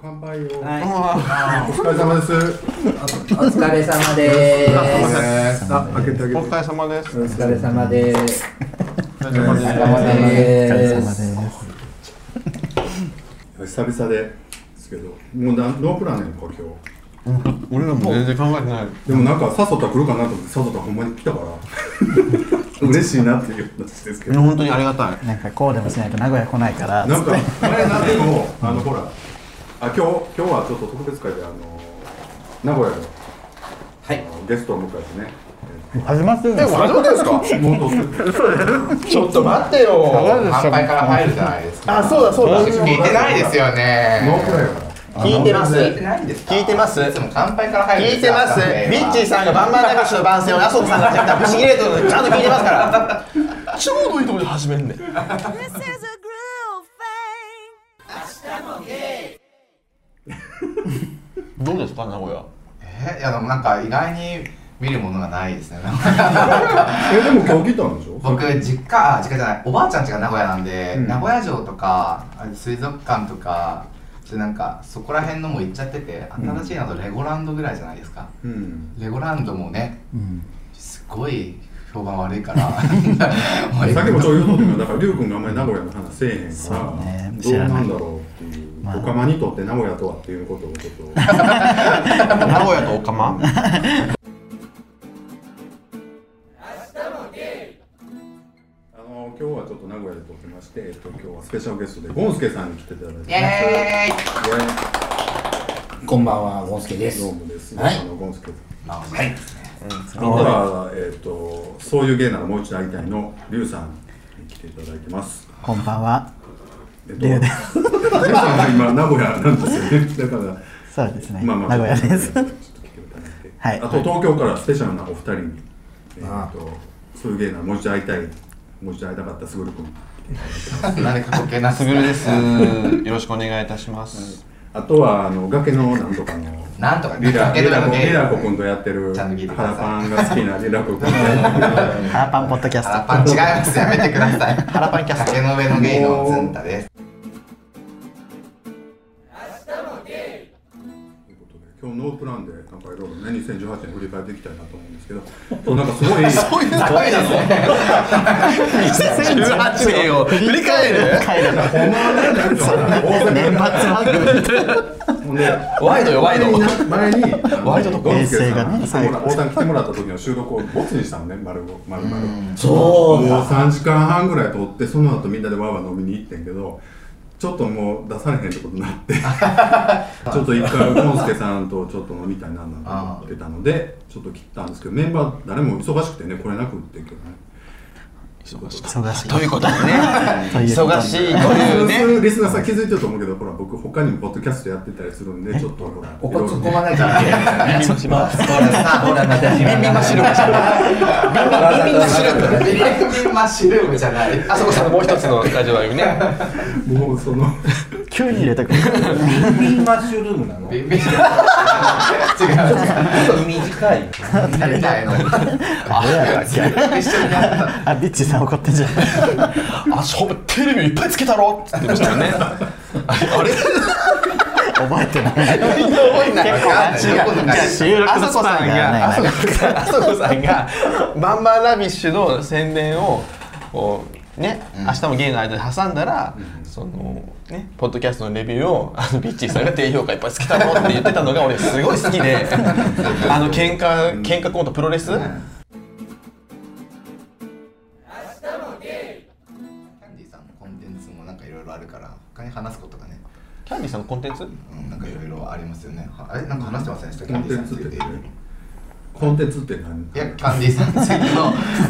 乾杯を。はいお疲れ様です。お疲れ様でお疲れー様ですあ、開けてあげおて。疲れ様です。す。お疲れ様でおす。疲れ様です。お疲れ様で久す。々ですけど、もうなんノープランやんか今日。俺らも全然考えてない。でもなんか誘ったら来るかなと思って、誘ったらほんまに来た から。嬉しいなっていう話ですけど。本当にありがたい。なんかこうでもしないと名古屋来ないからなんか前なんでもあのほら、あ今日今日はちょっと特別会であの名古屋のはあいのゲストを迎えてね。始まってるんです大丈夫ですか？もうちょっと待ってよ。乾杯から入るじゃないですか。あ、そうだそうだ。聞いてないですよノーね。プランやから。聞いてます聞いてないんですか。聞いてますいつも乾杯から入る聞んいですてよますビッチーさんがバンバン流しの番宣を麻生さんがやった不思議レートでちゃんと聞いてますからちょうどいいところで始めんねん This is a groove thing. どうですか名古屋えいやでもなんか意外に見るものがないですね。 えでも今日来たんでしょ。僕実家あ実家じゃないおばあちゃん家が名古屋なんで、うん名古屋城とかあ水族館とかちょっとなんかそこら辺のも行っちゃってて新しいなとレゴランドぐらいじゃないですか。うん。レゴランドもね、すごい評判悪いから。さっきもちょい言うとったけどだから龍君があんまり名古屋の話せえへんからそうねどうなんだろうっていう、まあおかまにとって名古屋とはっていうことをちょっと名古屋とオカマ？あの今日はちょっと名古屋で撮ってまして、えっと、今日はスペシャルゲストでゴンスケさんに来ていただいてますイエーイ。こんばんは、ゴンスケでイエーイどうもです、はいあのゴンスケさんまあはい。あとは、えっと、そういう芸ならもう一度会いたいの龍さんに来ていただいてますこんばんは。えっと龍さんが今名古屋なんですよねだからそうですね。まあまあ、名古屋です。ちょっと来ていただいてはいあと東京からスペシャルなお二人に、えー、とそういう芸ならもう一度会いたい、もう一度会いたかったすぐる君。なんで過去形なすぐるです。よろしくお願いいたします。あとはあの崖のなんとかの。なんとかリラ崖リのラコ中でリラコ君とやってるちゃんと聞いてください腹パンが好きなリラコ君がハラパンポッドキャス腹パン違いますやめてください腹パンキャス崖の上のゲイのもうズンタですということで今日ノープランでなんかいろいろね2018年振り返っていきたいなと思うんですけどそうなんかすごい高いです ね2018年を振り返るほんまはねなんかほら大阪ト。年末番組。ほんでワイドよワイド前にワイドとゴンスケ平成さがん来てもねら大田に来てもらった時の収録をボツにしたのね丸ご丸々そもう3時間半ぐらい撮ってその後みんなでわーわー飲みに行ってんけどちょっともう出されへんってことになって ちょっと一回ゴンスケさんとちょっと飲みたいななんて思ってたのでちょっと切ったんですけどメンバー誰も忙しくてね来れなくって今日ね忙しい。ということでねということで忙しいという ねリスナーさん気づいてると思うけどほら僕他にもポッドキャストやってたりするんでちょっとほらここ突っ込ねまないといけないですよねまあほらさほらまたビンビンマッシュルームじゃないビンビンマッシュルームビンビンマッシュルームじゃないあそこさんのもう一つのラジオ番組ねもうその急に入れたくる。ビンマッシュルームなのビンビン違う違ちょっと短いうやりたいの一緒にやったあ、ビッチさん怒ってんじゃん。あそこテレビいっぱいつけたろって言ってました よねあれ覚えてない。覚えてないわかんないどこの会社収録あのそスこさパんンががあないそ。こさんあそこさんがバンバンラビッシュの宣伝をこうね、明日もゲイの間で挟んだら、そのねポッドキャストのレビューをあのビッチーさんが低評価いっぱいつけたのって言ってたのが俺すごい好き であの喧嘩喧嘩コントプロレス、キャンディーさんのコンテンツもなんかいろいろあるから他に話すことがねキャンディーさんのコンテンツうんなんかいろいろありますよねはあれなんか話してませんでしたキコャンンテディーンツっさんにつていて何コンテンツって何いや、キャンディーさんについて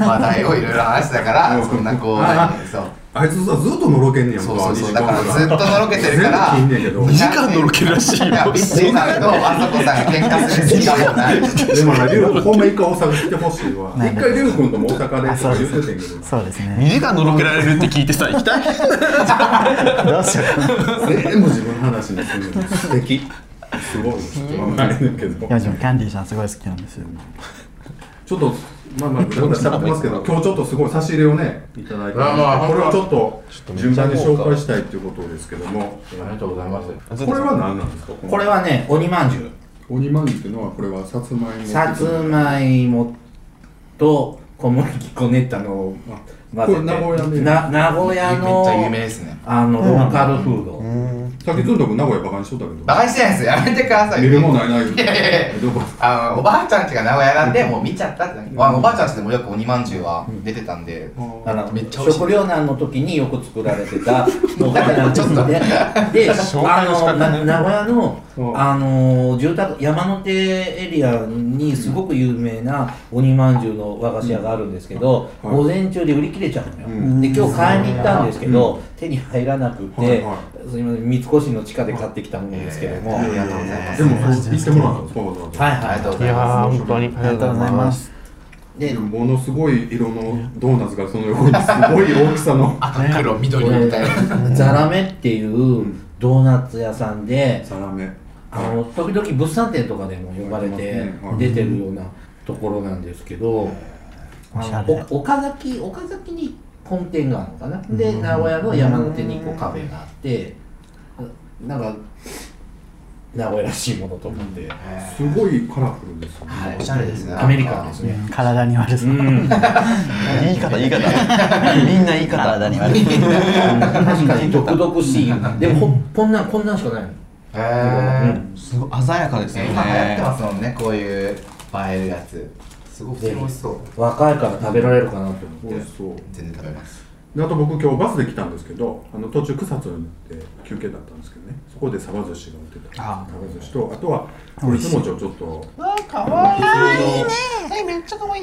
の話題をいろいろ話したから、そんなこあう、そう。あいつさずっとのろけんねやんそうそう二そう、時だ間からずっとのろけてるから、全部聞いんねんけど2けるらしいいや、ビッチーさんとあそこさんが喧嘩する時間もない。でもな、りゅうくん、ほんま一回大阪来てほしいわ。なん一で回りゅうくんとも大阪であ、とそうか言でっすててんけど。そうです2ね。時間のろけられるって聞いてさ行きたいどうしようかな。全部自分の話にするの素敵。すごい。ちょっとあんまりだけど。いや、でもキャンディーさんすごい好きなんですよ。ちょっと、まあ まあぐだぐだしゃべってますけど今日ちょっとすごい差し入れをねいただいてあまあこれをちょっとと順番に紹介したいということですけどもありがとうございます。これは何なんですかこのこれはね鬼まんじゅう鬼まんじゅうっていうのはこれはさつまいもさつまいもと小麦粉練ったのを混ぜてこれ名古屋でな名古屋めっちゃ有の名ですね。あのローカルフード、さっきずんとく名古屋バカにしとったけどバカにしてないですよ。やめてください。見るもんないないいやいやいやどこあのおばあちゃんちが名古屋なんで、もう見ちゃったってだけ。あのおばあちゃんちでもよく鬼まんじゅうは出てたんで。あのめっちゃ美味しい食糧難の時によく作られてたのがなんですね。で、あのな名古屋のうんあの住宅山手エリアにすごく有名な鬼まんじゅうの和菓子屋があるんですけど、うんはい午前中で売り切れちゃうのよ。うんで今日買いに行ったんですけど、手に入らなくて、はいはすみません三越の地下で買ってきたものですけども、ありがとうございます。でも行ってもらったんですわざわざはいありがとうはございます。本当にありがとうございますい。で、ものすごい色のドーナツがその横にすごい大きさの赤黒緑みたいな。ザラメっていうドーナツ屋さんで。ザラメあの時々物産展とかでも呼ばれてはい出てるようなところなんですけど、あのお岡崎岡崎に本店があるのかな、で名古屋の山手にこうカフェがあってなんか名古屋らしいものと思って、すごいカラフルですよねおしゃれですね。アメリカンですね。体に悪そうう。ん、確言い方 言い方みんな言い方体に悪い。かに独々しいでもほこんなんこんなんしかないの、へーすごい鮮やかですよ今流行っねてますもんね、こういう映えるやつ。すごく美味しそう。若いから食べられるかなと思美って味しそう全然食べます。であと僕今日バスで来たんですけどあの途中草津に行って休憩だったんですけどねそこでサバ寿司が売ってたあサバ寿司とあとはこれつもちをちょっとわあ、かわいい。 Hey, man, check out my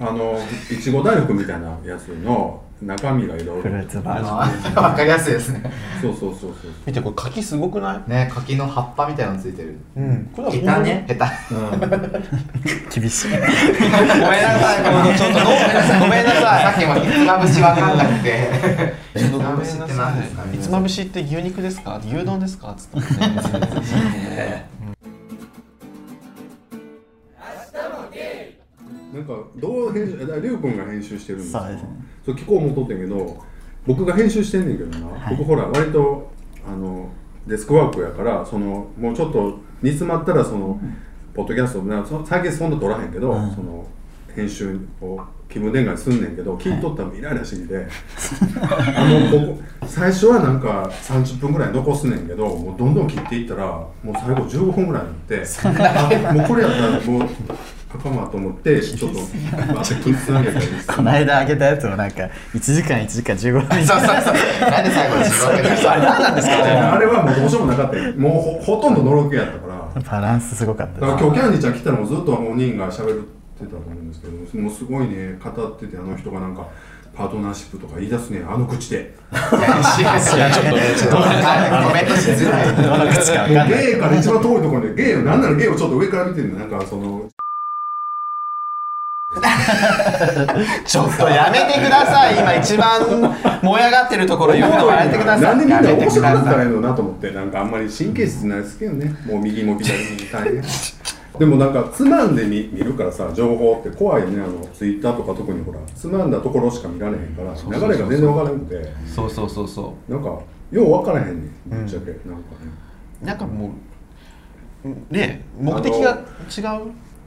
あのいちご大福みたいなやつの中身がいろい フルろーツバージョン。あの わかりやすいですね。そうそうそうそう見てこれ柿すごくなね、柿の葉っぱみたいなのついてる。いうんこれはいたね、下手。うん、厳しい。ごめんなさい、このちょっとごめんなさい、ごめんなさい。さっきもひつまぶしわかんなくて。ひつまぶしって何ですかね。ひつまぶしって牛肉ですか牛丼ですかつってなんかどう編集だりゅうくんが編集してるんですかそうですねそう聞こうもとってんけど僕が編集してんねんけどな、僕ほら割とあのデスクワークやからそのもうちょっと煮詰まったらその、ポッドキャストなそ最近そんな撮らへんけど、その編集を気分転換すんねんけど聞いとったらイライラしんで、あのここ最初はなんか30分ぐらい残すねんけどもうどんどん切っていったらもう最後15分ぐらいになってあもうこれやったらもうあかんわと思ってちょっとバーッてつなげたりしてこの間あげたやつもなんか、1時間1時間15分。そうそうそう。なんで最後に自分で。あれ何なんですかあれはもうどうしようもなかったよもうほほとんどのろけやったから バランスすごかっだたでからす。今日キャンディーちゃん来たらもうずっと本人が喋ってたと思うんですけどもうすごいね語っててあの人がなんかパートナーシップとか言い出すねあの口でちょっとコメントしづらい。どの口かわかもうんない。ゲイから一番遠いところでゲイをなんならゲイをちょっと上から見てるのなんかそのちょっとやめてください今一番燃え上がってるところ言うのやめてくだなさんいでみんな面白くなったらいいのなと思ってなんかあんまり神経質ないですけどねもう右も左も大変でもなんかつまんでみ見るからさ情報って怖いよねあのツイッターとか特にほらつまんだところしか見られへんから流れが全然分からなくて そうそうそうそなんかよう分からへんねんぶっちゃけ、なんかねうなんかもうね目的が違う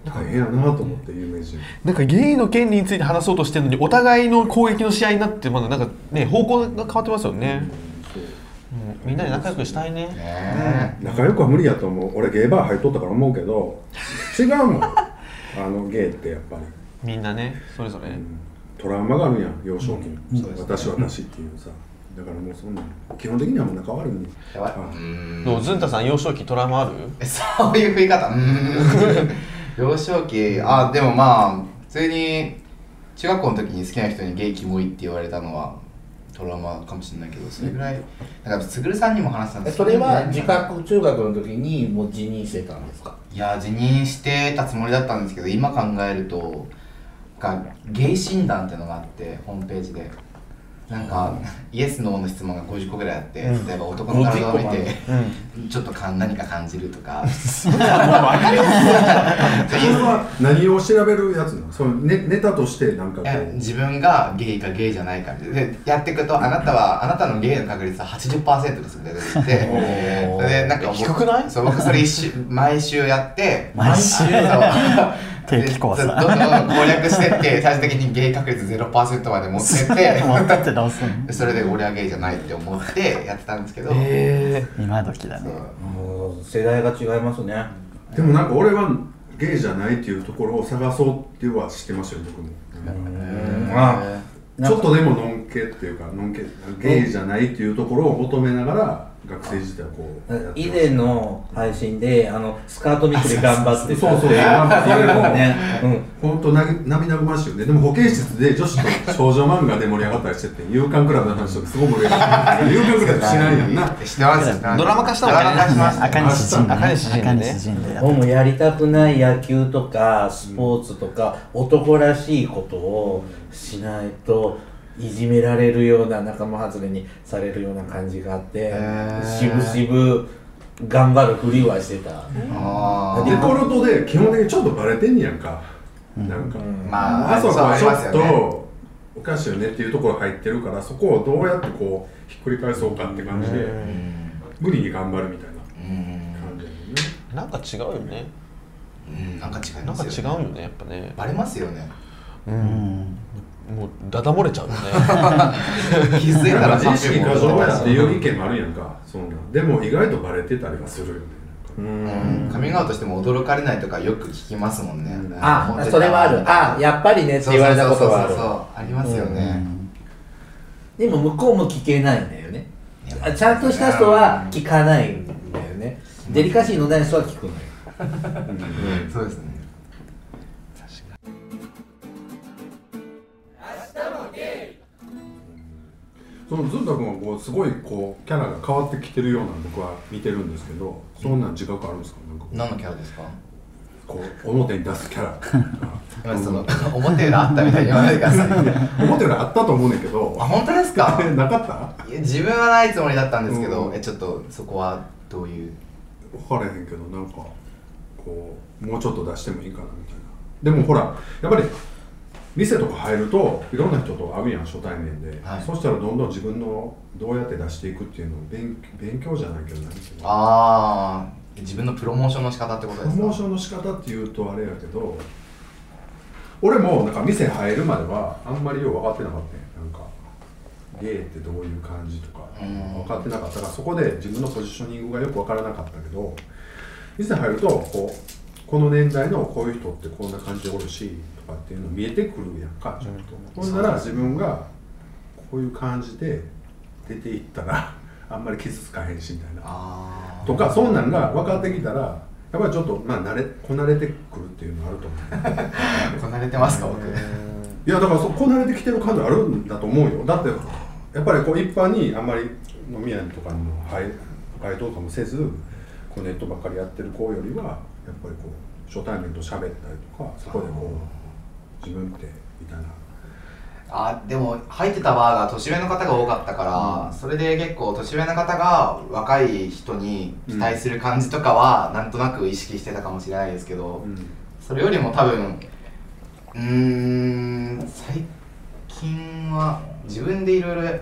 大変やなと思って有名人なんかゲイの権利について話そうとしてるのにお互いの攻撃の試合になってまだなんかね方向が変わってますよね、もうみんなで仲良くしたいねね仲良くは無理やと思う俺ゲイバー入っとったから思うけど違うもんあのゲイってやっぱりみんなねそれぞれ、トラウマがあるやん幼少期の、私私っていうさだからもうそんなん基本的にはもう仲悪いんですやばいあどうずんたさん幼少期トラウマあるえ そういう食い方うーん幼少期あでもまあ普通に中学校の時に好きな人に「ゲイキモい」って言われたのはトラウマかもしれないけどそれぐらいだからつぐるさんにも話したんですそれは自間覚中学の時にもう辞任してたんですかいや辞任してたつもりだったんですけど今考えるとがゲイ診断ってのがあってホームページでなんかイエスノーの質問が50個ぐらいあって、例えば男の体を見て、ちょっとかん何か感じるとかそれは何を調べるやつなのそのネネタとしてなんかこいやう自分がゲイかゲイじゃないかみたいなでやっていくとあなたはあなたのゲイの確率は80%ですみたいなこと言ってそれでなんか僕低くないそう僕それ一週毎週やって毎 週あそう定期考察でどんどんどんどん攻略してって最終的にゲイ確率0%まで持ってっ て持ってってどうすんのそれで俺はゲイじゃないって思ってやってたんですけど、今時だねもう世代が違いますねでもなんか俺はゲイじゃないっていうところを探そうってはしてましたよ僕も、あちょっとでものんけっていうかのんけゲイじゃないっていうところを求めながら学生時代はこうやってまし以た前の配信であのスカートめくり頑張ってたそうっそてういう頑張ってたそれもね、うん本当な涙ぐましいよねでも保健室で女子と少女漫画で盛り上がったりしてて勇敢クラブの話とかすごい盛り上がってて勇敢クラブしないやんなしてますしてますドラマ化したもんねドラマ化しました赤西仁ね赤西仁ね赤西仁でやっもうやりたくない野球とかスポーツとか、男らしいことをしないといじめられるような仲間外れにされるような感じがあって渋々頑張るふりはしてた、あーデコルトで基本的にちょっとバレてんねやんか、なんか、まああそこそうはあちりょますっよねとおかしいよねっていうところ入ってるからそこをどうやってこうひっくり返そうかって感じで無理に頑張るみたいなう感んじだよねなんか違うよねうんなんか違いなんかます違うよよねねやっぱねバレますよねもうダダ漏れちゃうよ ね気づいただ らから自意識過剰やってういう意見もあるやんかそんなんでも意外とバレてたりはするよねんカミングアウトしても驚かれないとかよく聞きますもんねあそれはあるあやっぱりねってそう言わそうれたそうことそうはあるそうありますよねでも向こうも聞けないんだよねあちゃんとした人は聞かないんだよねデリカシーのない人は聞くのよそうですねそのずんた君はこうすごいこうキャラが変わってきてるような僕は見てるんですけどそんなん自覚あるんですかなんか何のキャラですかこう表に出すキャラ 今その 表裏あったみたいに言わないでください 表裏あったと思うねんけどあ本当ですか なかったいや自分はないつもりだったんですけどうんえちょっとそこはどういう分からへんけどなんかこうもうちょっと出してもいいかなみたいなでもほらやっぱり店とか入るといろんな人と会うやん初対面で、はいそしたらどんどん自分のどうやって出していくっていうのを勉勉強じゃないけどなんですけどああ自分のプロモーションの仕方ってことプでロすモーかションの仕方っていうとあれやけど俺もなんか店入るまではあんまりよう分かってなかったねなんかゲイってどういう感じとかうん分かってなかったからそこで自分のポジショニングがよく分からなかったけど店入るとこうこの年代のこういう人ってこんな感じでおるしとかっていうの見えてくるやんかちょっと、ほんなら自分がこういう感じで出ていったらあんまり傷つかへんしみたいなあとかそんなんが分かってきたらやっぱりちょっとまあ慣れこなれてくるっていうのはあると思うあこなれてますか僕いやだからそこなれてきてる感じあるんだと思うよだってやっぱりこう一般にあんまり飲み屋とかにも入街とかもせずこうネットばっかりやってる子よりはやっぱりこう初対面と喋ったりとかそこでこう自分ってみたいなあでも入ってたバーが年上の方が多かったから、それで結構年上の方が若い人に期待する感じとかは、なんとなく意識してたかもしれないですけど、それよりも多分うーん最近は自分でいろいろ例え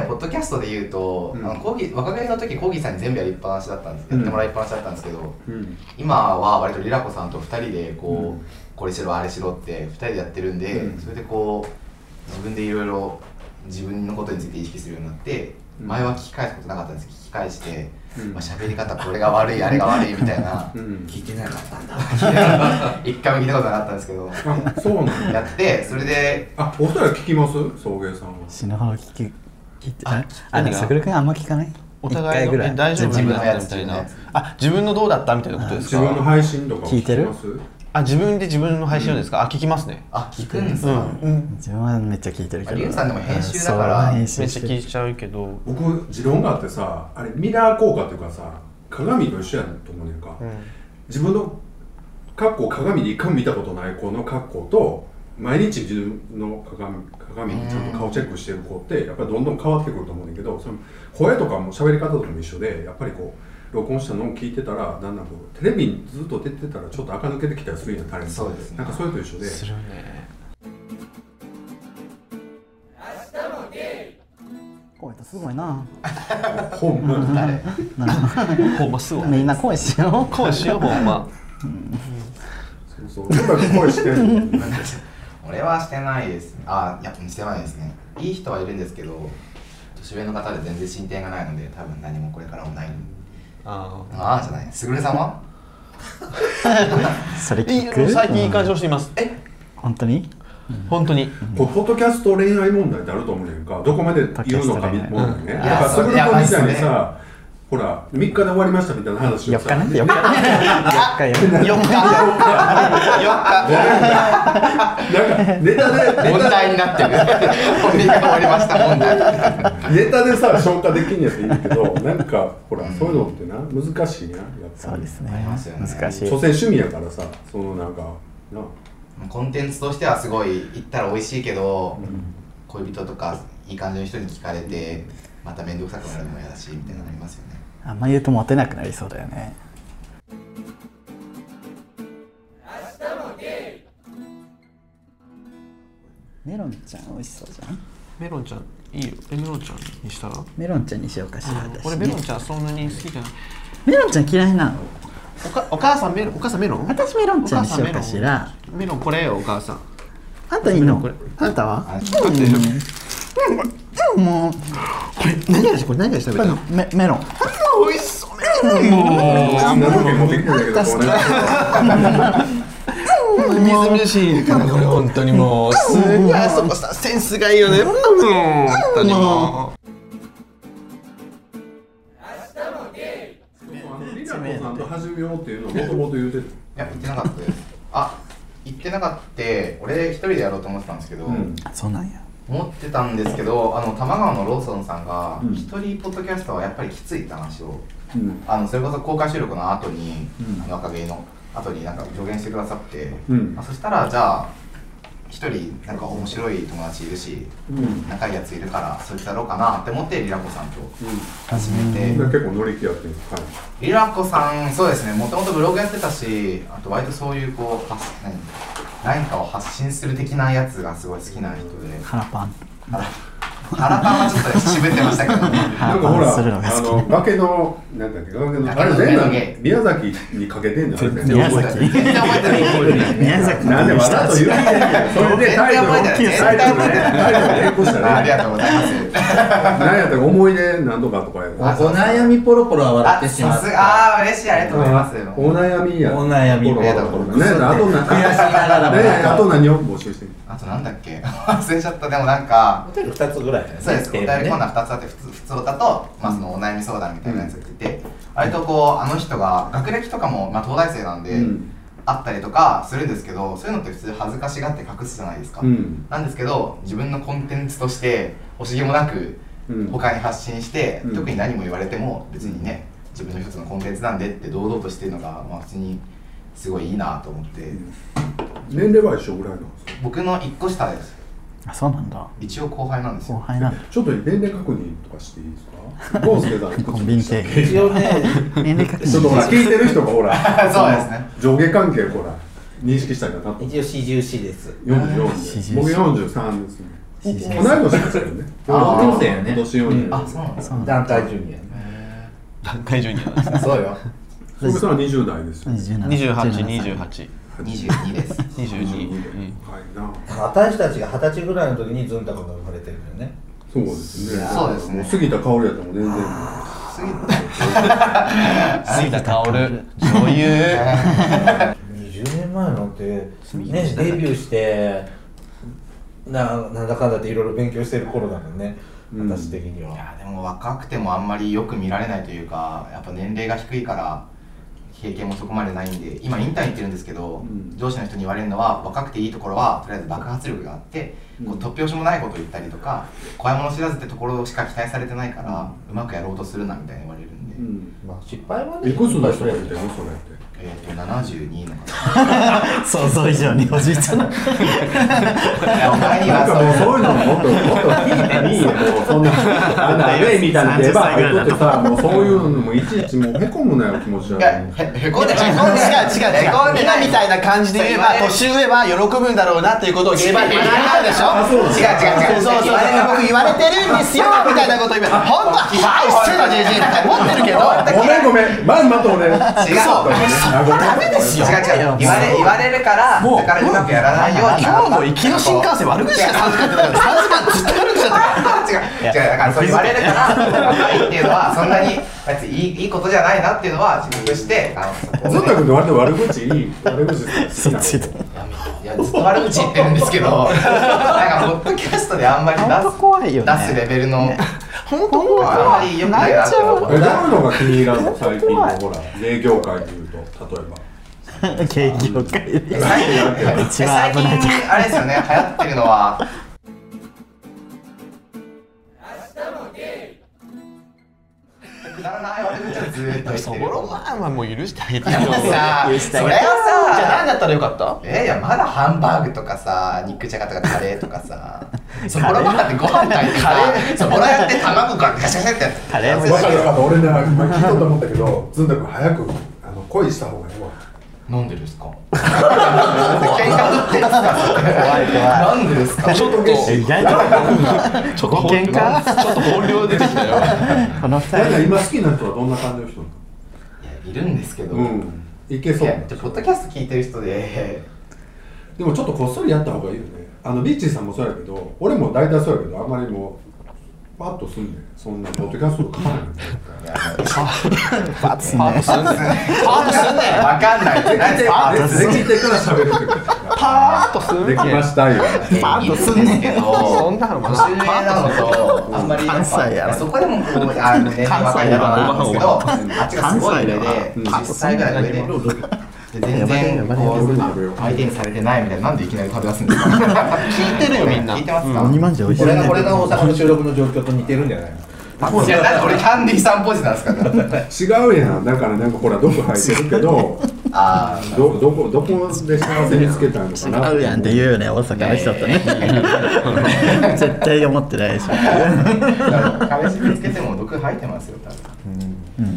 ばポッドキャストで言うと、うんあの講義若返りの時コーギーさんに全部やりっぱなしだったんです、うんやってもらいっぱなしだったんですけど、うん今は割とリラコさんと2人でこう、うんこれしろあれしろって2人でやってるんで、うんそれでこう自分でいろいろ自分のことについて意識するようになって、うん前は聞き返すことなかったんですけど聞き返して、うんまあ喋り方これが悪いあれが悪いみたいなうん聞いてなかったんだ一回も聞いたことなかったんですけどあそうなんだやってそれであお二人聞きます送迎さんは死ぬほど聞き聞いてああ何でがも桜君あんま聞かないお互いの一回えぐらい大丈夫自分のやつみたい自分のなやつあ自分のどうだったみたいなことです自か分の配信とかを聞いてるますあ自分で自分の配信をですか、あ聞きますねあ聞くんですうか、ん自分はめっちゃ聞いてるけどリュウさんでも編集だからそう編めっ集ちゃして聞いるちゃうけど僕持論があってさあれミラー効果っていうかさ鏡と一緒やと思うねんか、自分の格好を鏡で一回も見たことない子の格好と毎日自分の鏡鏡でちゃんと顔チェックしてる子ってやっぱりどんどん変わってくると思うんだけどその声とかも喋り方とかも一緒でやっぱりこう録音したのを聞いてたらだんだんこうテレビにずっと出てたらちょっと垢抜けてきたりするようなタレントそうですねなんかそういうのと一緒で。するね声ってすごいな。ほんまにほんますごいみんな声しよう。声しようほんま そうそう。なんか声してるのになんか俺はしてないですねあいやしてないですねいい人はいるんですけど年上の方で全然進展がないので多分何もこれからもないあああじゃないすぐれ様それいい聞く。最近いい感じをしていますえ本当に。本当にこうポッドキャスト恋愛問題ってあると思うねんかどこまで言うのかみ問題ね、うんだからすぐるいやとみたいにそうさ、ほら3日で終わりましたみたいな話を四さ日ね。四日ね。四日よ。 4日4日なんかネタでネ 問タ題になってる本人が終わりました問題ネタでさ消化できんやついいけどなんかほらそういうのってな難しいなやっぱそうりですありねますよ。ね難しい所詮。趣味やからさそのなんかなコンテンツとしてはすごい行ったら美味しいけど、恋人とかいい感じの人に聞かれてまた面倒くさくなるのも嫌だしみたいなのありますよねあんま言うとモテなくなりそうだよね。メロンちゃん美味しそうじゃん。メロンちゃんいいよえメロンちゃんにしたらメロンちゃんにしようかしら。私ね俺メロンちゃんそんなに好きじゃないメロンちゃん嫌いなの。おかお母さんメロンお母さんメロン私メロンちゃんにしようおか母さんしメロンら。メロンこれよお母さんあんたいいのこれ。あんたは。だってうんもうこれ何味これ何味食べたのメメロン。美味しそうねあんなの持ってきてんだけどこうなんかみずみずしいこれ本当にもうすごいあそこさセンスがいいよねもう本当にもりなこさんと始めようっていうのをもともと言うていや行ってなかったですあ行ってなかった俺一人でやろうと思ってたんですけど、うんそうなんや。思ってたんですけどあの玉川のローソンさんが一人ポッドキャストはやっぱりきついって話をうんあのそれこそ公開収録の後に、うんあの若芸の後になんか助言してくださって、うんまあ、そしたらじゃあ一人なんか面白い友達いるし、うん仲いいやついるからそいつやろうかなって思ってリラコさんと始みめんて、な結構乗り気やってるんですはいリラコさんそうですねもともとブログやってたしあと割とそういうこう発何何かを発信する的なやつがすごい好きな人で腹パン。原パンはちょっと渋ってましたけ どねなんかほら、するのがあ好きの崖の、なんだっけ、崖の、あれ全部宮崎にかけてんじゃん。宮崎全然覚えてな い宮崎なんでわざと言うてんねんそれでタイトルを、全然覚えてないタイトルね、タイトルで連呼したあらりね、がとうございますなんやったら思い出なんとかとかやおお悩みポロポロは笑っあ、てしまさっすたが、あー嬉しい、ありがとうございます。お悩みや。お悩みね、あとな、悔しながらもねあと何を募集してんのあとなんだっけ 忘れちゃった、でもなんか、ホテル2つぐらいだよねそうです、おテ便ーマりねコーナー2つあって、普通、普通歌と、まあそのお悩み相談みたいなやつが出て、割とこう、あの人が、学歴とかも、まあ東大生なんで、うんあったりとかするんですけど、そういうのって普通恥ずかしがって隠すじゃないですか。うんなんですけど、自分のコンテンツとして、惜しげもなくうん、他に発信して、うん特に何も言われても、別にね、自分の一つのコンテンツなんでって堂々としてるのが、まあ普通に、すごいいいなと思って、年齢は一緒ぐらいなんですか僕の1個下ですあそうなんだ。一応後輩なんです後よ輩なんだ。ちょっと年齢確認とかしていいですかゴースケさん、コンビニ店ち員。一応ね年齢確認。ょっとほら、聞いてる人がほら、 そうですね上下関係ほら、認識したいな、多分。一応四十四です44僕43ですね同い年ですよねあ同級生やね今年40あそうなんですか団体ジュニう会場にアそうよ福さんは20代ですよ二十七。 282822 22ですはいな私たちが二十歳ぐらいの時にズンタコが生まれてるんだよねそうですねそうですねも杉田香織やったらもう全然杉田薫女優20年前のって、ね、デビューしてななんだかんだっていろいろ勉強してる頃だもんね、うん私的にいはやでも若くてもあんまりよく見られないというかやっぱ年齢が低いから経験もそこまでないんで今インターン行ってるんですけど、ん上司の人に言われるのは若くていいところはとりあえず爆発力があって、こう突拍子もないことを言ったりとか怖いもの知らずってところしか期待されてないから、うまくやろうとするなみたいに言われるんで、うんまあ失敗はねいくつの人がい失て敗するるのそれってえっと72の 方想像以上におじいちゃんの他になはんかもうそうそういうのももっともっと聞いてみいよもうそん なあんなアウェイみたいな出番入っとってさもうそういうのもいちいちもうへこむなよ気持ち悪 いやいへへこんで違う違う違うへこんでへこんで今みたいなな感じで言えば年上は喜ぶんだろうなっていうことを言えば言わないでしょそう違う違う違うそうそうそうあれが僕僕言われてるんですよみたいなこと言えば本当ははい失礼なじじいなんか持ってるけ どごめんごめんまんまと俺違うダメです違う違う言われ言われるからだからうまくやらないように今日も行きの新 幹線悪口しか3時間って3時間ずっと悪口だった違う違うだからそう言われるから若いっていうのはそんなに別にいいいいことじゃないなっていうのは自覚してあのずっと君の割と悪口いい悪口好きなのいやずっと悪口言ってるんですけどなんかポッドキャストであんまり出本当怖いよねす出すレベルの本当あんまり良くないなって思えう誰のが気に入らんの最近のほら営業界でいうと例えば景気を変える最近一番最危ない近あれですよね流行ってるのはくだらない悪口をずーっと言ってそるぼろまんはもう許してあげてよさあそれはじゃあ さ何だったらよかったえいやまだハンバーグとかさ肉じゃがとかカレーとか さそぼろご飯ってご飯炊いてさそぼろやって卵からガシャガシャってやつカレーも分かる分かる俺ね今聞いとったと思ったけどずんだ君早くあの恋した方がいいわなんでですか喧嘩売ってるんですか怖い怖いなんでですかちょっとち意外とょっと本喧嘩ちょっと本領出てきたよこの二なん人か今好きな人はどんな感じの人なのいやいるんですけど、うんいけいそうやじゃあポッドキャスト聞いてる人ででもちょっとこっそりやった方がいいよねあのリッチーさんもそうやけど俺も大体そうやけどあんまりもうパッとすんねんそんなポッドキャストとか書かないのパーツねパートすんねわかんないって何パートすんねできてから喋るってことパーッとするできましたよパートすんねんけどそんなのも年上なのとあんまり関西やろそこでもこうあの年齢若いだろうなんですけどあっちがすごい上でうん10歳ぐらい上でで全然こう相手にされてないみたいななんでいきなり食べ出すんですか聞いてるよみんな聞いてますか、鬼まんじゅう美味しい俺ねの俺の大阪の収録の状況と似てるんじゃないのいやだって俺キャンディーさんポジなんですかね違うやんだからなんかほら毒入ってるけど あーどどこどこで幸せ見つけたのかな違うやんって言うよね大阪の人とね絶対思ってないでしだから彼氏見つけても毒吐いてますよ多分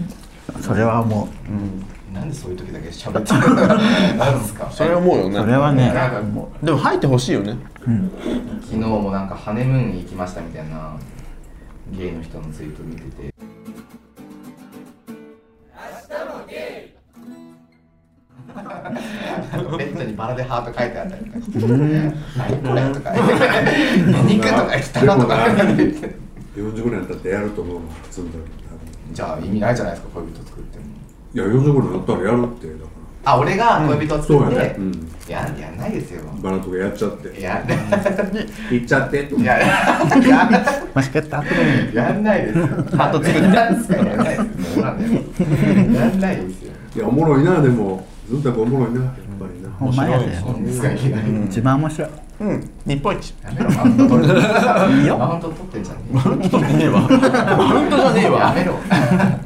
ょそれはも なんでそういう時だけ喋ってるのなんですかそれ思うようねそれはねなんかもでも入ってほしいよね昨日もなんかハネムーンに行きましたみたいなゲイの人のツイート見てて明日もゲイベッドにバラでハート書いてあったりとかして「何これ?」とか「何く?」とか「汚とか40ぐらいになったってやると思うの普通だけどじゃあ意味ないじゃないですか恋人作ってもいや40ぐらいになったらやるってだかあ俺が恋人らそう作やっね、て、うん、やんやんないですよバラとかやっちゃってやん 行っちゃっていや、やんない、うもしかしたらやんないですよ。ハート作るなんですか、やんないですよ。そうなんだよやんないですよ。いやおもろいなでもずっとおもろいなやっぱりな、ほんまやでそうですか、いきなり。一番面白いうん日本一やめろ、マウント取る。いいよマウント取ってんじゃねえ。マウントじゃねえやわめろ。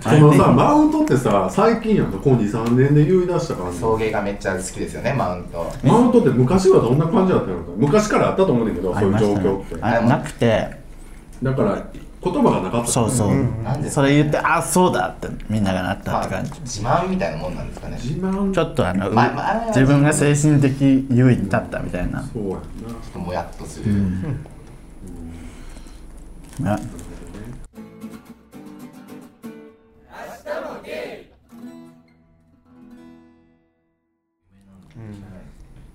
そのさマウントってさ最近やんかこう23年で言い出した感じ送迎がめっちゃ好きですよね、マウント。マウントって昔はどんな感じだったのか昔からあったと思うんだけどあそうりいまう状した況ねってあれなくてだから言葉がなかったそうそうなんですそれ言ってあそうだってみんながなったまってあ感じ自慢みたいなもんなんですかね。自慢ちょっとあの、ままあ自分が精神的優位に立ったみたいな、そうやんなもやっとする。ね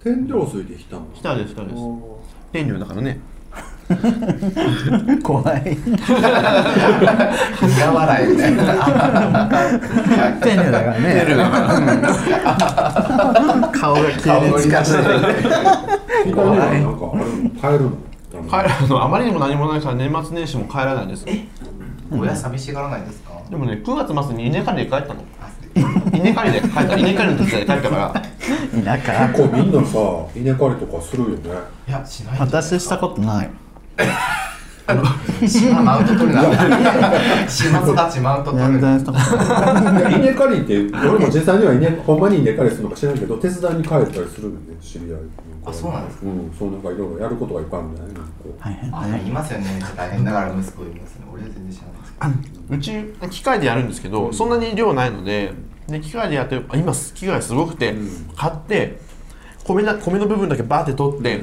天領水で来たの来たです来たです天領だからね怖い苦笑いみたい な。天領だからね顔が急顔に乗り出近しづいてて。他にはなんかあるの買えるの帰らのあまりにも何もないから年末年始も帰らないんですで親寂しがらないですか。もね9月末に稲刈りで帰ったのあ稲刈りで帰った稲刈りの手伝いで帰ったから田舎こうみんなさ稲刈りとかするよねいや、しないんじゃないですか。私したことない島マウント取るな島育ちマウント取全る然したことない稲刈りって俺も実際には稲ほんまに稲刈りするのか知らんけど手伝いに帰ったりするんで知り合いあそうなんですかうんそうなんかいろいろやることがいっぱいあるんじゃないなんかこう大変あ大変いますよねめっちゃ大変だから息子いますね俺は全然知らないですけどうち機械でやるんですけど、そんなに量ないのでで機械でやってあ今機械すごくて、買って米な米の部分だけバーって取って、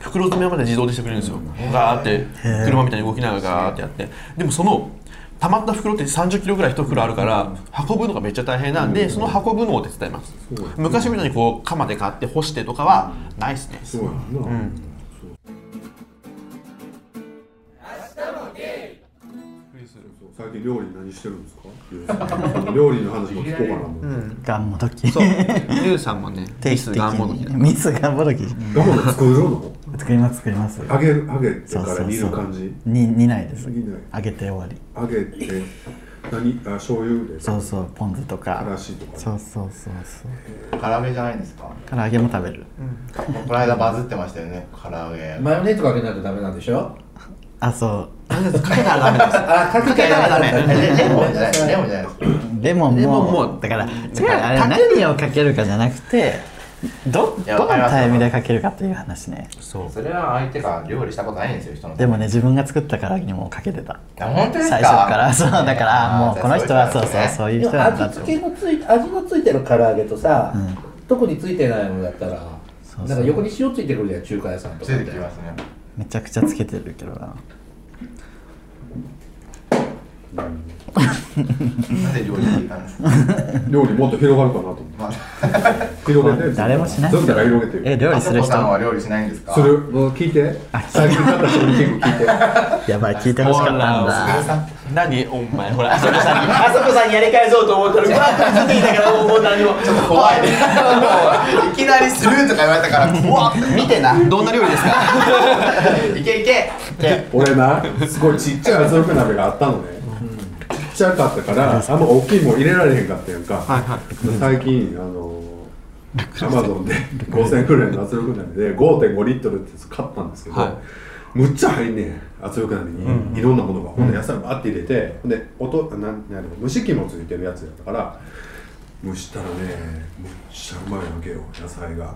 袋詰めまで自動でしてくれるんですよ、ガーって車みたいに動きながらガーってやってでもその溜まった袋って3 0キロぐらい一袋あるから運ぶのがめっちゃ大変なんで、その運ぶのを手伝います、昔みたいにこう鎌で買って干してとかはないですね、そうやな、うんそう最近料理何してるんですかゆうさん料理の話も聞こうかなと思って、ガンモドキそう ゆうさんもね定ミ期ス的願望の日にミスガンモドキガモの作るの作ります作ります揚げる揚げてそうかそらうそう煮る感じに煮ないです煮ない揚げて終わり揚げて何あ醤油でそうそうポン酢とかからしとかそうそうそうそう唐揚げじゃないんですか唐揚げも食べるこの間バズってましたよね唐揚げマヨネーズかけないとダメなんでしょあそう かけたらダメですあ、かけかけたらダメダレレモンじゃないレモンじゃないですレモンもレモンもだからだからあれ何をかけるかじゃなくてどいやどのわかりますタイミングでかけるかという話ねそうそれは相手が料理したことないんですよ人のでもね自分が作った唐揚げにもうかけてたあ本当ですか最初からそうだからあーもうこの人はじそゃあうそううそういうで人もなんだ味と付けのつい味のついてる唐揚げとさ、ん特についてないのだったらうそうなんか横に塩ついてくるじゃん中華屋さんとつかっていてきますねめちゃくちゃつけてるけどななぜ料理って言ったん ですか料理もっと広がるかなと思 ってまあ広げて誰もしないゾンビだから広げてえる料理す佐る藤さん人は料理しないんですかそ れを聞いて最近買った人に聞く聞いてやばい聞いてほしかったんだ何お前ほらあそこさんにあそこさんやり返そうと思った らうわーってついたからもう何もちょっと怖いねいきなりスルーとか言われたから怖っ見てなどんな料理ですかいけいけ俺なすごいちっちゃい圧力鍋があったのね、ちっちゃかったからあんま大きいもん入れられへんかったやんか、最近あのアマゾンで5000円くらいの圧力鍋で5.5リットルってやつ買ったんですけど、はいむっちゃ入んねん圧力鍋にいろんなものが、ほんで野菜バーって入れてほんで音なんなんやろ蒸し器もついてるやつやったから蒸したらねむっちゃうまいわけよ野菜が、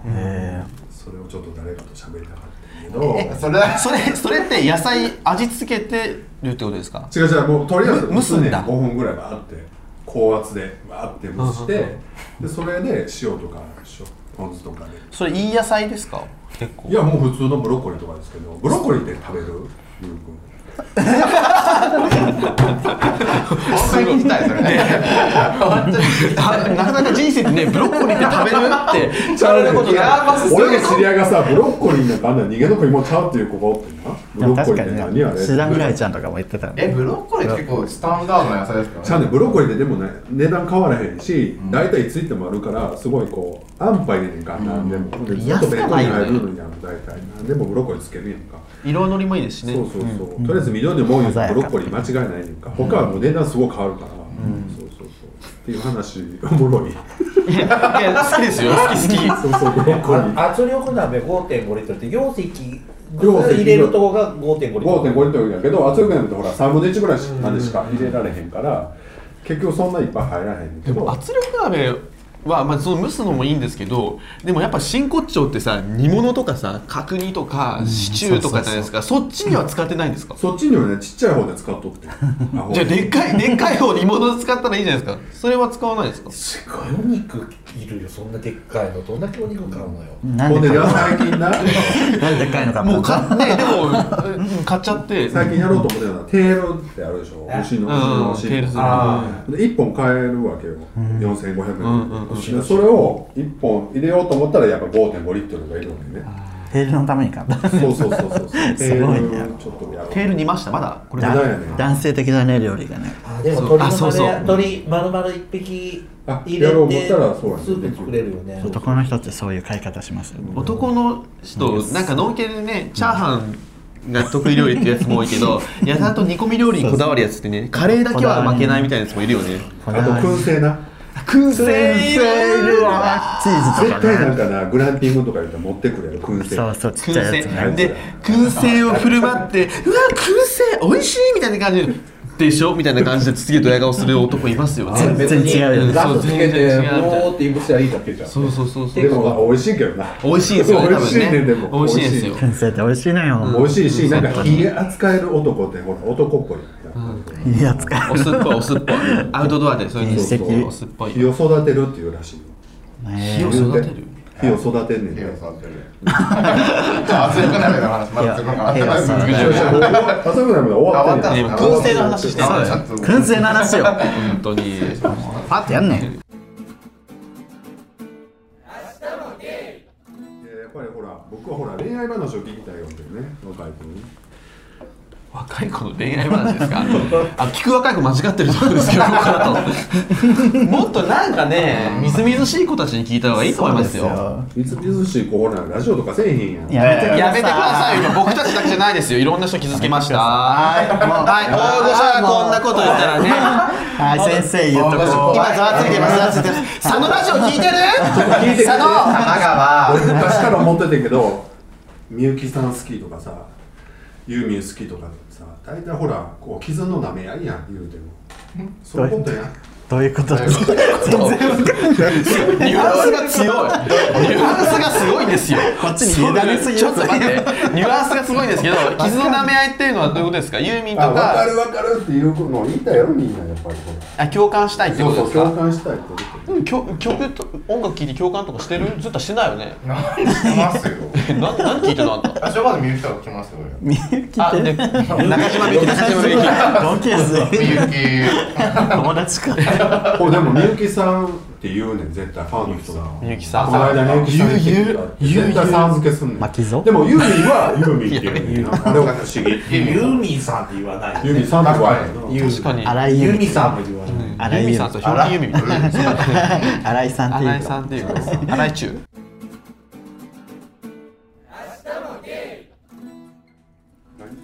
それをちょっと誰かと喋りたかったんやけどそれはそれそれって野菜味付けてるってことですか違う違うもうとりあえずむ蒸蒸すすんねだ5分ぐらいバーって高圧でバーって蒸してでそれで塩とか塩ポン酢とかでそれいい野菜ですか結構いやもう普通のブロッコリーとかですけどブロッコリーって食べるゆう 本当に聞きたいそれねあなかなか人生ってねブロッコリーって食べるって言われることいやがまずくん俺の知り合いがさブロッコリーなんかあんな逃げの食いもんちゃうっていう子がおってなブでロもッコ確リかーってに何あねれシダンぐらいちゃんとかも言ってたのえブロッコリーって結構スタンダードな野菜ですからちゃうねブロッコリーってでもね値段変わらへんし大体ついてもあるからすごいこう安パイねんかなんでもでずっと弁当に入るのにある大体なんでもブロッコリーつけるやんか色のりもいいですしねそうそうそう、とりあえず緑のもんより鮮やかブロッコリー間違いないねんか他はもう値段すごい変わるから、そうそうそうっていう話おもろいいや好きですよ好き好きそうそうブロッコリー圧力鍋5.5リットルって容積容積入れるとこが5.5リットル5.5リットルやけど圧力鍋ってほら3分の1ぐらいまでしか入れられへんから結局そんないっぱい入らへんねんけでもど圧力鍋は、まあ、その蒸すのもいいんですけどでもやっぱ真骨頂ってさ煮物とかさ角煮とかシチューとかじゃないですかそっちには使ってないんですか、そっちにはねちっちゃい方で使っとくてじじゃあでっかいでっかい方煮物使ったらいいじゃないですかそれは使わないですかすごいお肉いるよそんなでっかいのどんだけお肉買うのよ、なんほんででなか最近ななんでかいのかもう買ってでもうん買っちゃって最近やろうと思ってたのはテールってあるでしょ牛のうん牛のテールスープあーで1本買えるわけよ、4500円、うんうんでそれを1本入れようと思ったらやっぱ5.5リットルがいるわけねテールのために買ったそうそうそうそうそう すごいねテールちょっとやろうテール煮ましたまだこれだあやね男性的だね料理がねあでもそう鶏のあそうそう丸や鶏丸々一匹あ入れてやろう思ったらそうやねスープ作れるよね男の人ってそういう買い方しますよ男の人なんかノンケでねチャーハンが得意料理っていうやつも多いけどやたらと煮込み料理にこだわるやつってねカレーだけは負けないみたいなやつもいるよねあと燻製な燻製いるわチーズと絶対なかんねかなグランピングとか言うたら持ってくれる燻製そうそうち燻っちゃいやつ製ねで燻製を振る舞って「うわ燻製美味しい!」みたいな感じで「でしょ?」みたいな感じで次ドヤ顔する男いますよね全然違うよそガうッとつけ全然て違うみたいなもうっていぶしたらいいだけじゃんそうそうそうそうでも美味しいけどな美味しいですよね美多味し分いねねでも美味しいですよ燻製って美味しいのよ美味しいし、なんか火扱える男ってほら男っぽいやん、いいやつかお酢っぽいお酢っぽいアウトドアでそういうそうそうお酢っぽい火を育てるっていうらしいよ火を育てる火を育てんねん手てを触ってる。熱くなるような話、まだ熱くなるいや手を触話る。朝ぐらいまで終わったんやああ終わ燻っ製たの話してあたちよょっと燻製の話よ本当にパッてやんねんいややっぱりほら僕はほら恋愛話を聞きたいよってね若い子に若い子の恋愛話ですかあ聞く若い子間違ってると思うんですけど僕だともっとなんかねみずみずしい子たちに聞いた方がいいと思いますよみずみずしい子ほらラジオとかせえへんやんやめてくださいやめてくださいよ僕たちだけじゃないですよいろんな人傷つけましたはいはい大御所がこんなこと言ったらねはい先生言うとこ今ざわついてますざわついてます佐野ラジオ聞いてる聞いてくれ佐野玉 川。俺昔から思っててけどみゆきさん好きとかさユーミン好きとかさ大体ほらこう傷の舐め合いやん言うてもそういう ことやんどういうことですかニュアンスが強いニュアンスがすごいんですよこっちに委ねすぎるちょっと待ってニュアンスがすごいんですけ ど傷の舐め合いっていうのはどういうことですかユーミンとあ分かかる分かるっていうのを言いたいやろみんなやっぱりほらあ共感したいってそこうとそうですか共感したいってことうん曲曲と音楽聴いて共感とかしてるずっとしてないよね何してますよ。何何聴いてなかっあ、ちょまで見る人が来ますよ。俺みゆきたあっでて中島みゆき中島みゆき同級みゆ生き。友達かこれで もみゆきさんって言うねん絶対ファンの人がみゆきさんこの間みゆきさんって言う絶対さん付けすんねん巻きぞでもユーミンはユーミンって言うねんなあれは不思議ユーミンさんって言わないユーミンさんって言わへんのユ確かに荒井ユ由ミ美さんも言わない荒井ユ由ミ美さんと表現ユミみたいな荒井さんって新い井うさんっていうか新井中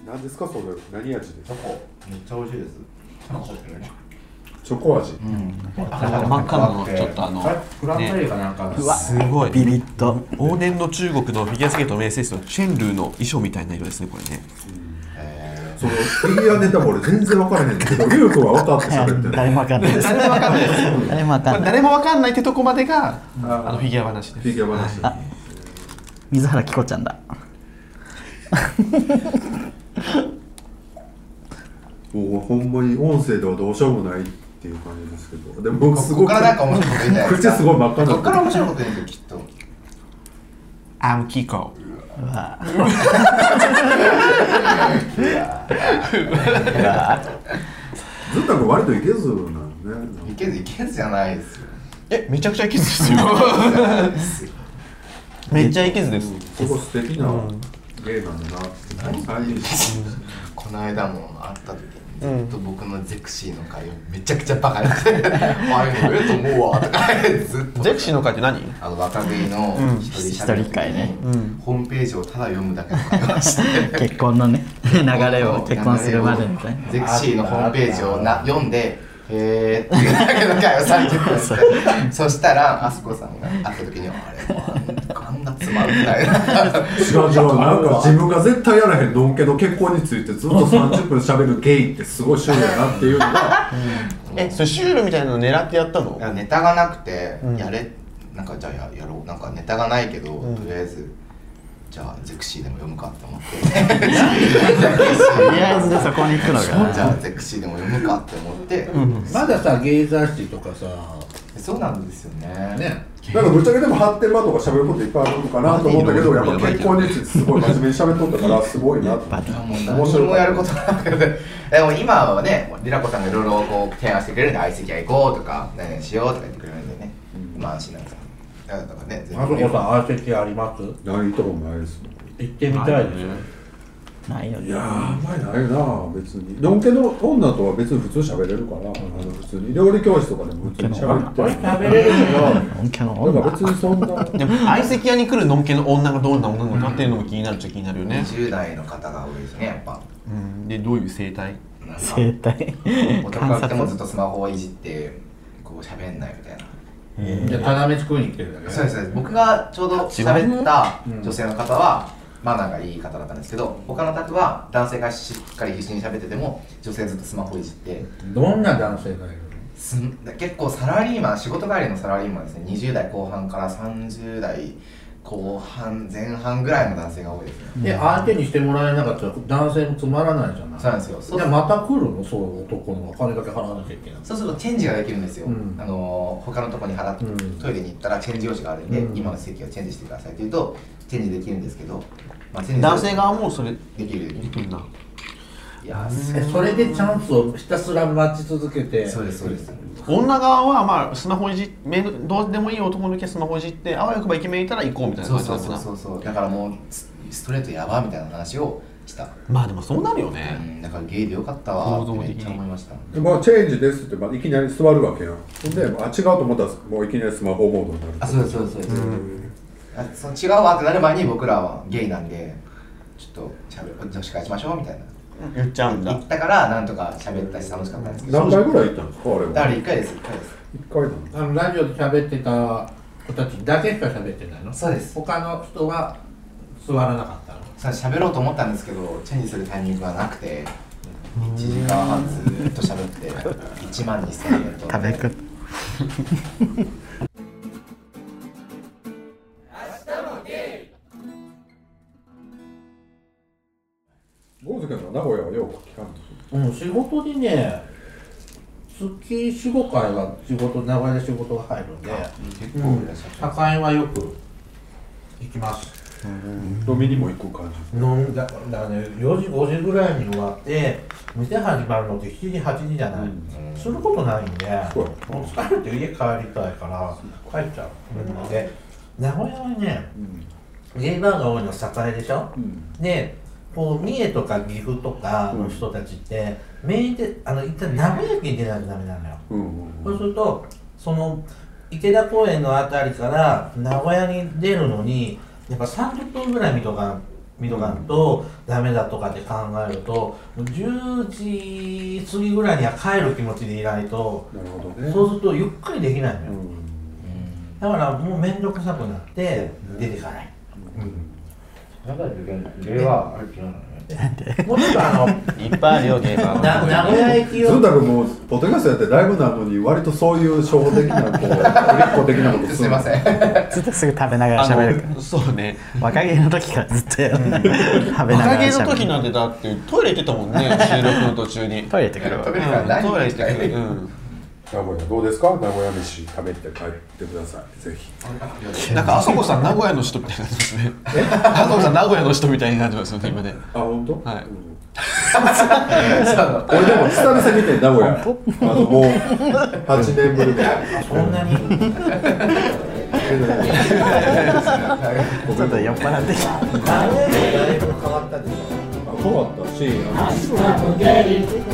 何ですかそれ何味でチョコ。めっちゃ美味しいです。チョコ味真っ赤なのちょっとあのフランス映画なんかすごいビビッと往年の中国のフィギュアスケートの名選手のチェンルーの衣装みたいな色ですねこれねそのフィギュアネタも俺全然分からへんけどリュウ君は分かって喋ってる誰もわかんないです誰もわかんないです誰もこわかれんない誰もわかんないってとこまでがあのあフィギュア話ですフィギュア話水原希子ちゃんだもうほんまに音声ではどうしようもないっていう感じですけどでも僕すここごからなんか面白いこと言いたいで口すか。すごい真っ赤にこなっってかるら面白いこと言うんですよ、きっと。アンキコずっと割といけずなんでねいけずいけずじゃないですよ。えめちゃくちゃいけずですよめっちゃいけずですすごい素敵な芸なんだなって何この間も会った時にずっと僕のゼクシーの会をめちゃくちゃバカにして「ああいうのええと思うわ」とかずっとゼクシーの会って何あの若食いの一人喋る一人時会ねにホームページをただ読むだけの会話し て結婚のね流れを結婚するまでみたいなゼクシーのホームページをな読んで「へえ」っていうだけの会を30分してそしたらあすこさんが会った時に「あれあんなつまんないな」違う 違うなんか自分が絶対やらへんのんけの結婚についてずっと30分喋るゲイってすごい種類やなっていうのがえそれシュールみたいなの狙ってやったのなんかネタがなくて、やれなんかじゃあややろうなんかネタがないけど、とりあえずじゃあゼクシーでも読むかって思ってとりあえずそこに行くのじゃがあゼクシーでも読むかって思って、まださ芸雑誌とかさそうなんですよねねなんかぶっちゃけでも発展場とか喋ることいっぱいあるのかなと思ったけどやっぱ結婚についてすごい真面目に喋っとったからすごいなっていやもう面何白いもやることなくて でも今はねりらこさんがいろいろこう提案してくれるんで相席屋行こうとか何々しようとか言ってくれるんでね、まあ安心なんですよだからね全あそこさんアーセティありますないとこないです行ってみたいですよないよいやーあんまりないな別にのんけの女とは別に普通に喋れるから、あの普通に料理教室とかでも普通に喋ってる食べれるけど本家のだから女別にそんなでも相席屋に来るのんけの女がどんな女なのかっていうのも気になるっちゃ気になるよね、 20代の方が多いですねやっぱうん、でどういう生態なんか生態男観が来てもずっ察とスマホをいじってこう喋んないみたいなじゃあ、要作りに来てるだけそうですね僕がちょうど喋った女性の方はマナーがいい方だったんですけど他のタクは男性がしっかり必死に喋ってても女性ずっとスマホいじってどんな男性がいるすん結構サラリーマン仕事帰りのサラリーマンですね20代後半から30代後半前半ぐらいの男性が多いですねので、相手にしてもらえなかったら男性もつまらないじゃないそうなんですよそうじゃあまた来るのそういう男のお金だけ払わなきゃいけないそうするとチェンジができるんですよ、うんあの他のとこに払って、うんトイレに行ったらチェンジ用紙があるんで、うん今の席をチェンジしてくださいって言うとチェンジできるんですけど、まあ、チェンジ男性側もそれでできるきるんだいやえそれでチャンスをひたすら待ち続けてそうですそうです女側はまあスマホいじめどうでもいい男の時はスマホいじってあわよくばイケメンいたら行こうみたいなそう感じそだうったそうそなうそうだからもうスストレートやばみたいな話をした、まあでもそうなるようねん、だからゲイでよかったわってめっちゃ思いましたまあ、チェンジですって、まあ、いきなり座るわけやん。ほんで、あ、違うと思ったら、もういきなりスマホモードになる。あそうですそうですそうです、あその違うわってなる前に僕らはゲイなんでちょっとしゃべ女子会しましょうみたいな言っちゃうん行だったからなんとか喋ったし楽しかったんですけど何回ぐらい行ったんですか、あれは。だから1回です1回です一回なの。あのラジオで喋ってた子たちだけしか喋ってないのそうです他の人は座らなかったのさあ喋ろうと思ったんですけどチェンジするタイミングがなくて1時間半ずっと喋って1万2000円と食べ食っゴーズ君の名古屋はよく聞かんでうん、仕事にね、月4、5回は仕事、名古屋で仕事が入るんで、結構いらっしゃ社会はよく行きます。す飲みにも行く感じ。飲んだだからね4時5時ぐらいに終わって店始まるのって7時8時じゃない、することないんでそうもう疲れて家帰りたいから帰っちゃう、で名古屋はねゲイバーが多いのは栄でしょ、うんでこう三重とか岐阜とかの人たちって、メインであの一旦名古屋駅に出ないとダメなのようんうんそうするとその池田公園のあたりから名古屋に出るのにやっぱ30分ぐらい見とか見とかんとダメだとかって考えるともう10時過ぎぐらいには帰る気持ちでいないとなるほどね。そうするとゆっくりできないのよ、うんだからもう面倒くさくなって出ていかない、るはもうちょっとあのいっぱいあるよゲーマな名古屋駅ずをんたくもうポッドキャストやってライブなのに割とそういう初歩的なこう売りっ子的なことすいませんずっとすぐ食べながらあ喋るからのそうね若気の時からずっとやる食べなが若ら気喋のる時なんてだってトイレ行ってたもんね収録の途中にトイレ行ってくるわトイレうん何トイレ行ってくるうん名古屋どうですか名古屋飯食べて帰ってくださいぜひなんかあそこさん名古屋の人みたいになってますね。あそこさん名古屋の人みたいになってますよね今ね。あ本当はいうん俺でも久々見てん名古屋あのもう8年ぶりで そんなにちょっと酔っ払ってきた名古屋駅だいぶ変わったでしょ変わったしあ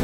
の